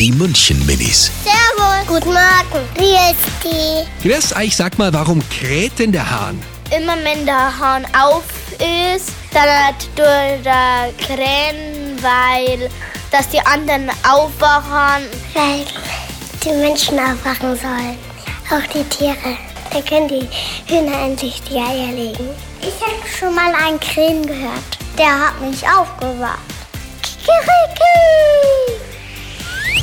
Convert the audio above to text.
Die München Minis. Servus. Guten Morgen. Wie ist die? Grüß euch, sag mal, warum kräht denn der Hahn? Immer wenn der Hahn auf ist, dann hat durch der Krähen, weil dass die anderen aufwachen. Weil die Menschen aufwachen sollen. Auch die Tiere. Da können die Hühner endlich die Eier legen. Ich habe schon mal einen Krähen gehört. Der hat mich aufgewacht. Kikeriki!